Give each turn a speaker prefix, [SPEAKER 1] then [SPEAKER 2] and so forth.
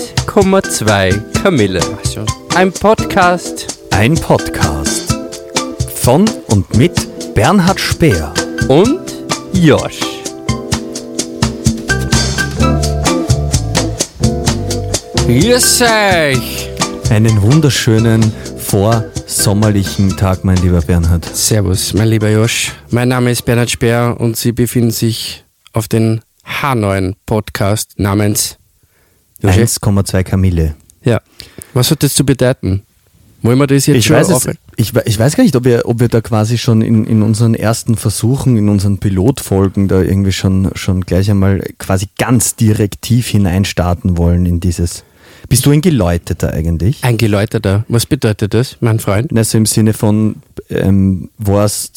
[SPEAKER 1] 1,2 Kamille. Ein Podcast
[SPEAKER 2] Ein Podcast von und mit Bernhard Speer.
[SPEAKER 1] und Josh. Grüß euch!
[SPEAKER 2] Einen wunderschönen vorsommerlichen Tag, mein lieber Bernhard.
[SPEAKER 1] Servus, mein lieber Josh. Mein Name ist Bernhard Speer und Sie befinden sich auf den H9 Podcast namens. Joshi?
[SPEAKER 2] 1,2 Kamille.
[SPEAKER 1] Ja. Was hat das zu bedeuten? Wollen wir das jetzt
[SPEAKER 2] Ich
[SPEAKER 1] schon
[SPEAKER 2] weiß,
[SPEAKER 1] auf?
[SPEAKER 2] es, ich, we- ich weiß gar nicht, ob wir, ob wir da quasi schon in, in unseren ersten Versuchen, in unseren Pilotfolgen da irgendwie schon, schon gleich einmal quasi ganz direktiv hineinstarten wollen in dieses. Bist du ein Geläuteter eigentlich?
[SPEAKER 1] Ein Geläuterter. Was bedeutet das, mein Freund?
[SPEAKER 2] Also im Sinne von, ähm, warst